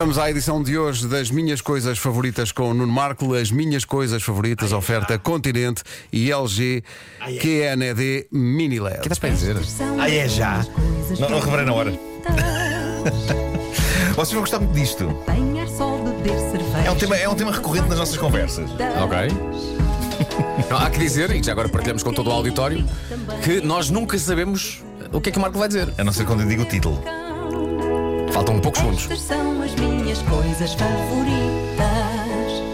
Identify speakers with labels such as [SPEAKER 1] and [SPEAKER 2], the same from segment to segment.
[SPEAKER 1] Vamos à edição de hoje das Minhas Coisas Favoritas com o Nuno Marco, as Minhas Coisas Favoritas, oferta Continente e LG QNED Mini LED.
[SPEAKER 2] estás para dizer?
[SPEAKER 3] Ah, é já? Não, não reparei na hora. Vocês vão gostar muito disto. É um tema, é um tema recorrente nas nossas conversas.
[SPEAKER 2] Ok. Não, há que dizer, e já agora partilhamos com todo o auditório, que nós nunca sabemos o que é que o Marco vai dizer.
[SPEAKER 3] A não ser quando eu digo o título.
[SPEAKER 2] Faltam poucos segundos.
[SPEAKER 4] Estas são as minhas coisas favoritas,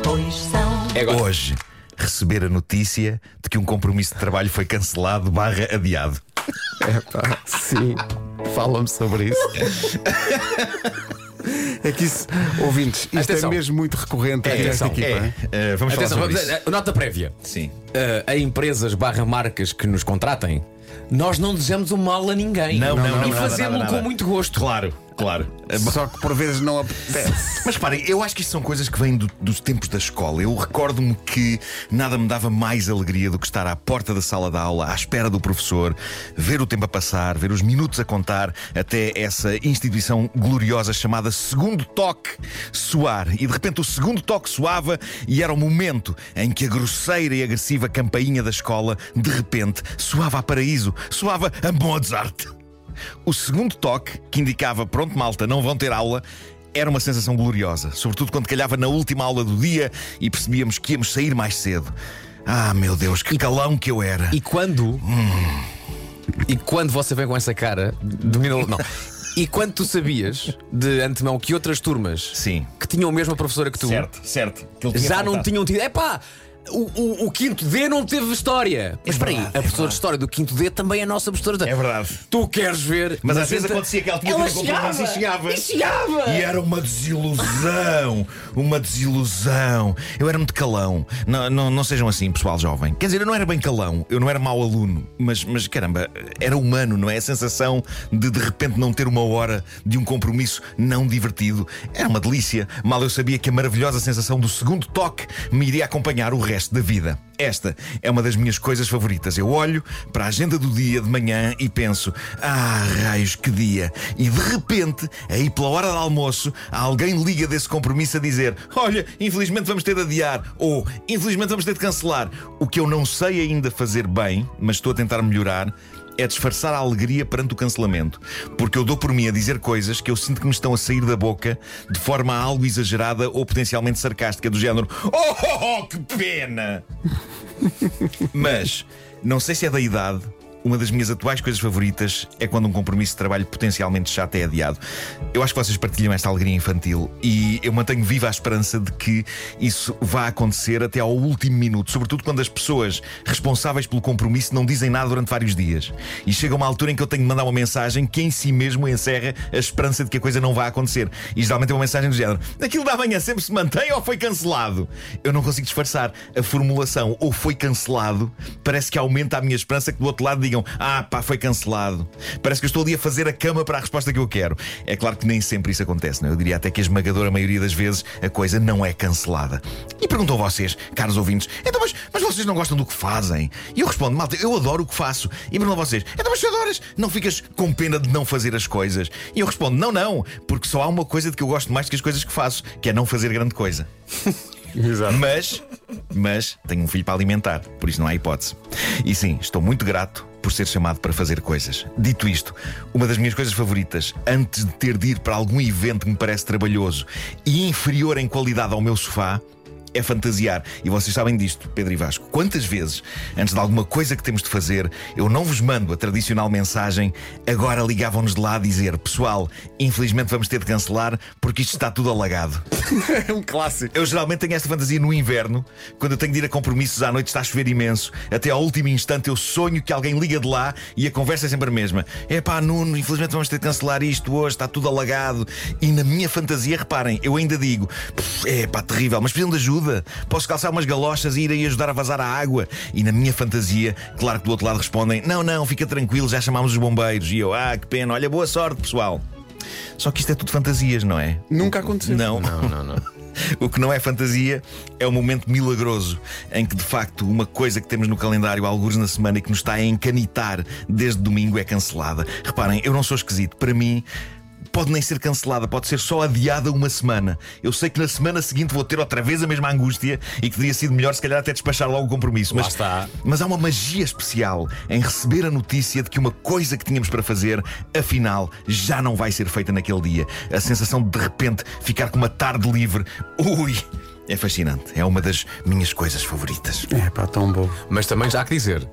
[SPEAKER 4] pois são
[SPEAKER 2] É agora.
[SPEAKER 3] Hoje, receber a notícia de que um compromisso de trabalho foi cancelado barra adiado.
[SPEAKER 1] Epá, sim, fala-me sobre isso. É que isso, ouvintes, isto
[SPEAKER 2] Atenção.
[SPEAKER 1] é mesmo muito recorrente aqui nesta equipa.
[SPEAKER 3] É, eh, vamos
[SPEAKER 2] Atenção,
[SPEAKER 3] falar sobre
[SPEAKER 2] vamos,
[SPEAKER 3] isso.
[SPEAKER 2] eh, nota prévia.
[SPEAKER 3] Sim.
[SPEAKER 2] Eh, a empresas barra marcas que nos contratem, nós não desejamos o mal a ninguém.
[SPEAKER 3] Não, não, não,
[SPEAKER 2] E
[SPEAKER 3] nada, nada,
[SPEAKER 2] fazemos
[SPEAKER 3] nada.
[SPEAKER 2] com muito gosto.
[SPEAKER 3] Claro, claro.
[SPEAKER 2] É.
[SPEAKER 3] Eh,
[SPEAKER 1] Só que por vezes não apetece.
[SPEAKER 3] Mas reparem, eu acho que isto são coisas que vêm do- dos tempos da escola. Eu recordo-me que nada me dava mais alegria do que estar à porta da sala de aula, à espera do professor, ver o tempo a passar, ver os minutos a contar, até essa instituição gloriosa chamada segundo toque soar. E de repente o segundo toque soava e era o momento em que a grosseira e agressiva campainha da escola, de repente, soava a paraíso, soava a Mozart. O segundo toque, que indicava pronto, malta, não vão ter aula, era uma sensação gloriosa, sobretudo quando calhava na última aula do dia e percebíamos que íamos sair mais cedo. Ah, meu Deus, que calão que eu era.
[SPEAKER 2] E quando. E quando você vem com essa cara de menino- Não. E quando tu sabias de antemão que outras turmas
[SPEAKER 3] Sim.
[SPEAKER 2] que tinham a mesma professora que tu
[SPEAKER 3] Certo, certo. Aquilo tinha
[SPEAKER 2] já não
[SPEAKER 3] faltado.
[SPEAKER 2] tinham tido. Epá! O, o, o quinto D não teve história. Mas espera aí, a
[SPEAKER 3] verdade, é
[SPEAKER 2] professora de história do quinto D também é a nossa professora de
[SPEAKER 3] É verdade.
[SPEAKER 2] Tu queres ver.
[SPEAKER 3] Mas, às vezes
[SPEAKER 2] entra-
[SPEAKER 3] acontecia que ela tinha
[SPEAKER 2] Ela
[SPEAKER 3] tido um compromisso e chegava.
[SPEAKER 2] E chegava!
[SPEAKER 3] E era uma desilusão, uma desilusão. Eu era muito calão. Não, não, não sejam assim, pessoal jovem. Quer dizer, eu não era bem calão, eu não era mau aluno, mas, mas caramba, era humano, não é? A sensação de de repente não ter uma hora de um compromisso não divertido era uma delícia. Mal eu sabia que a maravilhosa sensação do segundo toque me iria acompanhar o resto da vida. Esta é uma das minhas coisas favoritas. Eu olho para a agenda do dia de manhã e penso: ah, raios, que dia! E de repente, aí pela hora do almoço, alguém liga desse compromisso a dizer: olha, infelizmente vamos ter de adiar, ou infelizmente vamos ter de cancelar. O que eu não sei ainda fazer bem, mas estou a tentar melhorar. É disfarçar a alegria perante o cancelamento, porque eu dou por mim a dizer coisas que eu sinto que me estão a sair da boca de forma algo exagerada ou potencialmente sarcástica, do género: Oh, oh, oh que pena! Mas, não sei se é da idade, uma das minhas atuais coisas favoritas é quando um compromisso de trabalho potencialmente chato é adiado. Eu acho que vocês partilham esta alegria infantil e eu mantenho viva a esperança de que isso vá acontecer até ao último minuto, sobretudo quando as pessoas responsáveis pelo compromisso não dizem nada durante vários dias. E chega uma altura em que eu tenho de mandar uma mensagem que em si mesmo encerra a esperança de que a coisa não vá acontecer. E geralmente é uma mensagem do género: aquilo da manhã sempre se mantém ou foi cancelado? Eu não consigo disfarçar. A formulação ou foi cancelado parece que aumenta a minha esperança que do outro lado digam: ah, pá, foi cancelado. Parece que eu estou ali a fazer a cama para a resposta que eu quero. É claro que nem sempre isso acontece, não é? Eu diria até que a esmagadora maioria das vezes a coisa não é cancelada. E perguntam vocês, caros ouvintes: então, mas, mas vocês não gostam do que fazem? E eu respondo: malta, eu adoro o que faço. E perguntam vocês: então, mas tu adoras? Não ficas com pena de não fazer as coisas? E eu respondo: não, não, porque só há uma coisa de que eu gosto mais que as coisas que faço, que é não fazer grande coisa. Mas, mas tenho um filho para alimentar, por isso não há hipótese. E sim, estou muito grato por ser chamado para fazer coisas. Dito isto, uma das minhas coisas favoritas, antes de ter de ir para algum evento que me parece trabalhoso e inferior em qualidade ao meu sofá, é fantasiar. E vocês sabem disto, Pedro e Vasco. Quantas vezes, antes de alguma coisa que temos de fazer, eu não vos mando a tradicional mensagem, agora ligavam-nos de lá a dizer: Pessoal, infelizmente vamos ter de cancelar porque isto está tudo alagado.
[SPEAKER 1] É um clássico.
[SPEAKER 3] Eu geralmente tenho esta fantasia no inverno, quando eu tenho de ir a compromissos à noite, está a chover imenso. Até ao último instante eu sonho que alguém liga de lá e a conversa é sempre a mesma. É pá, Nuno, infelizmente vamos ter de cancelar isto hoje, está tudo alagado. E na minha fantasia, reparem, eu ainda digo: é pá, terrível, mas precisam de ajuda. Posso calçar umas galochas e ir aí ajudar a vazar a água? E na minha fantasia, claro que do outro lado respondem: não, não, fica tranquilo, já chamámos os bombeiros. E eu, ah, que pena, olha, boa sorte, pessoal. Só que isto é tudo fantasias, não é?
[SPEAKER 1] Nunca aconteceu.
[SPEAKER 3] Não. O que não é fantasia é o momento milagroso em que, de facto, uma coisa que temos no calendário há alguns na semana e que nos está a encanitar desde domingo é cancelada. Reparem, eu não sou esquisito. Para mim, pode nem ser cancelada, pode ser só adiada uma semana. Eu sei que na semana seguinte vou ter outra vez a mesma angústia e que teria sido melhor, se calhar, até despachar logo o compromisso.
[SPEAKER 2] Lá
[SPEAKER 3] Mas,
[SPEAKER 2] está.
[SPEAKER 3] mas há uma magia especial em receber a notícia de que uma coisa que tínhamos para fazer, afinal, já não vai ser feita naquele dia. A sensação de, de repente, ficar com uma tarde livre. Ui! É fascinante. É uma das minhas coisas favoritas.
[SPEAKER 1] É pá, tão bom.
[SPEAKER 2] Mas também já há que dizer.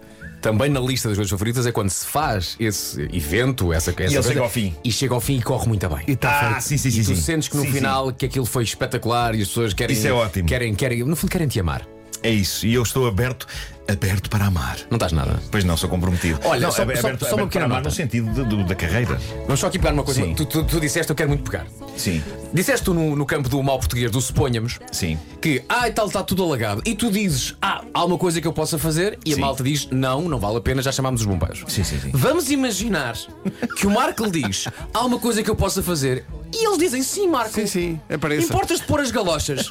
[SPEAKER 2] Também na lista das coisas favoritas é quando se faz esse evento, essa, essa
[SPEAKER 3] ele
[SPEAKER 2] coisa,
[SPEAKER 3] chega ao fim.
[SPEAKER 2] E chega ao fim e corre muito bem.
[SPEAKER 1] E está
[SPEAKER 3] ah,
[SPEAKER 1] feito.
[SPEAKER 3] sim, sim, sim.
[SPEAKER 2] e tu
[SPEAKER 3] sim.
[SPEAKER 2] sentes que no
[SPEAKER 3] Sim, sim.
[SPEAKER 2] final que aquilo foi espetacular e as pessoas querem.
[SPEAKER 3] Isso é ótimo.
[SPEAKER 2] Querem, querem, no fundo, querem te amar.
[SPEAKER 3] É isso. E eu estou aberto, aberto para amar.
[SPEAKER 2] Não estás nada.
[SPEAKER 3] Pois não, sou comprometido.
[SPEAKER 2] Olha,
[SPEAKER 3] não,
[SPEAKER 2] só-
[SPEAKER 3] aberto,
[SPEAKER 2] só-
[SPEAKER 3] aberto
[SPEAKER 2] só uma pequena
[SPEAKER 3] para amar
[SPEAKER 2] nota.
[SPEAKER 3] no sentido de- do- da carreira.
[SPEAKER 2] Vamos só aqui pegar uma coisa.
[SPEAKER 3] Sim.
[SPEAKER 2] Tu, tu, tu disseste, eu quero muito pegar.
[SPEAKER 3] Sim,
[SPEAKER 2] Disseste tu no, no campo do mal português, do suponhamos,
[SPEAKER 3] sim.
[SPEAKER 2] que ah, e tal, está tudo alagado. E tu dizes, ah, há uma coisa que eu possa fazer, e a
[SPEAKER 3] Sim.
[SPEAKER 2] malta diz, não, não vale a pena, já chamámos os bombeiros.
[SPEAKER 3] Sim, sim, sim.
[SPEAKER 2] Vamos imaginar que o Marco lhe diz, há uma coisa que eu possa fazer, e eles dizem, sim, Marco.
[SPEAKER 1] Sim, sim, apareça.
[SPEAKER 2] Importas de pôr as galochas?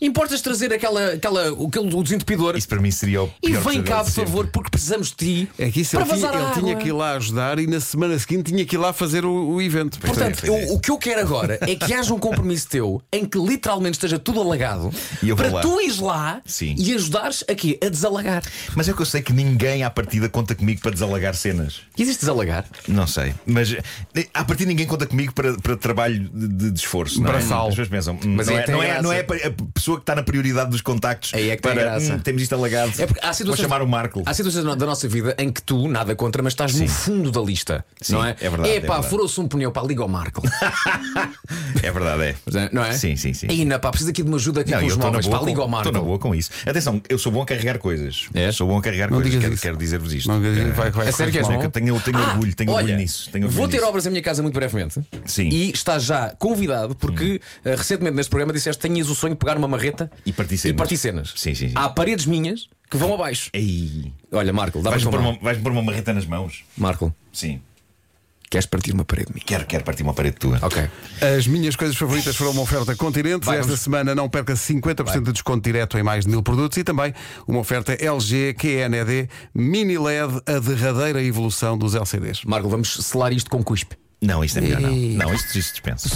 [SPEAKER 2] Importas de trazer aquela, aquela, o, aquele- o desentupidor?
[SPEAKER 3] Isso para mim seria o
[SPEAKER 2] E
[SPEAKER 3] pior
[SPEAKER 2] vem
[SPEAKER 3] pesadelo de
[SPEAKER 2] cá, por
[SPEAKER 3] sempre.
[SPEAKER 2] favor, porque precisamos de ti
[SPEAKER 1] É que isso
[SPEAKER 2] para
[SPEAKER 1] ele, tinha,
[SPEAKER 2] vazar a
[SPEAKER 1] ele tinha
[SPEAKER 2] água."
[SPEAKER 1] que ir lá ajudar e na semana seguinte tinha que ir lá fazer o, o evento.
[SPEAKER 3] Pois é,
[SPEAKER 2] Portanto,
[SPEAKER 3] pois
[SPEAKER 2] eu-
[SPEAKER 3] é.
[SPEAKER 2] o que eu quero agora é que haja um compromisso teu em que literalmente esteja tudo alagado
[SPEAKER 3] E eu vou
[SPEAKER 2] para
[SPEAKER 3] lá.
[SPEAKER 2] tu ires lá
[SPEAKER 3] Sim.
[SPEAKER 2] e ajudares aqui a desalagar.
[SPEAKER 3] Mas é que eu sei que ninguém à partida conta comigo para desalagar cenas.
[SPEAKER 2] Existe desalagar?
[SPEAKER 3] Não sei. Mas eh, à partida ninguém conta comigo para, para trabalho de, de- de esforço. Não é?
[SPEAKER 1] Braçal.
[SPEAKER 3] As pessoas pensam. hum,
[SPEAKER 2] Mas
[SPEAKER 3] não,
[SPEAKER 2] aí
[SPEAKER 3] é,
[SPEAKER 2] tem
[SPEAKER 3] não, é,
[SPEAKER 2] graça.
[SPEAKER 3] não é a a pessoa que está na prioridade dos contactos
[SPEAKER 2] Aí é que tem
[SPEAKER 3] para.
[SPEAKER 2] graça.
[SPEAKER 3] hum, temos isto alagado.
[SPEAKER 2] É porque há
[SPEAKER 3] Vou
[SPEAKER 2] situações,
[SPEAKER 3] chamar o Marco.
[SPEAKER 2] há situações no- da nossa vida em que tu, nada contra, mas estás no fundo da lista.
[SPEAKER 3] Sim,
[SPEAKER 2] não é?
[SPEAKER 3] é verdade, é
[SPEAKER 2] Epá,
[SPEAKER 3] verdade.
[SPEAKER 2] furou-se um pneu, pá, liga ao Marco.
[SPEAKER 3] É verdade, é.
[SPEAKER 2] Não é?
[SPEAKER 3] Sim, sim, sim.
[SPEAKER 2] Ainda, pá, preciso aqui de uma ajuda aqui
[SPEAKER 3] Não,
[SPEAKER 2] com
[SPEAKER 3] eu
[SPEAKER 2] os
[SPEAKER 3] estou na
[SPEAKER 2] móveis,
[SPEAKER 3] boa
[SPEAKER 2] pá, liga ao
[SPEAKER 3] com-
[SPEAKER 2] Marco.
[SPEAKER 3] estou na boa com isso. Atenção, eu sou bom a carregar coisas.
[SPEAKER 2] É?
[SPEAKER 3] Sou bom a carregar
[SPEAKER 1] Não
[SPEAKER 3] coisas.
[SPEAKER 1] digas
[SPEAKER 3] Quero,
[SPEAKER 1] isso.
[SPEAKER 3] quero dizer-vos isto.
[SPEAKER 1] Não,
[SPEAKER 3] É,
[SPEAKER 1] vai, vai,
[SPEAKER 2] É sério que
[SPEAKER 1] vai,
[SPEAKER 2] és
[SPEAKER 1] vai.
[SPEAKER 2] bom?
[SPEAKER 3] eu tenho- eu tenho
[SPEAKER 2] Ah,
[SPEAKER 3] orgulho, tenho
[SPEAKER 2] olha,
[SPEAKER 3] orgulho nisso, tenho orgulho
[SPEAKER 2] vou ter
[SPEAKER 3] nisso.
[SPEAKER 2] obras em minha casa muito brevemente.
[SPEAKER 3] Sim. Hum.
[SPEAKER 2] E estás já convidado, porque eh, recentemente neste programa disseste que tinhas o sonho de pegar uma marreta
[SPEAKER 3] E partir cenas.
[SPEAKER 2] cenas.
[SPEAKER 3] Sim, sim, sim.
[SPEAKER 2] Há paredes minhas que vão abaixo.
[SPEAKER 3] Ei,
[SPEAKER 2] Olha, Marco, dá para
[SPEAKER 3] vais-me pôr,
[SPEAKER 2] uma...
[SPEAKER 3] uma- vais-me pôr uma marreta nas mãos?
[SPEAKER 2] Marco,
[SPEAKER 3] Sim.
[SPEAKER 2] queres partir uma parede minha?
[SPEAKER 3] Quero, quero partir uma parede tua.
[SPEAKER 2] Ok.
[SPEAKER 1] As minhas coisas favoritas foram uma oferta Continente.
[SPEAKER 2] Vai,
[SPEAKER 1] Esta
[SPEAKER 2] vamos.
[SPEAKER 1] semana não perca 50% de desconto direto em mais de mil produtos e também uma oferta LG QNED Mini LED, a derradeira evolução dos LCDs.
[SPEAKER 2] Marco, vamos selar isto com cuspe.
[SPEAKER 3] Não, isto é melhor não. Não, isto, isto dispensa.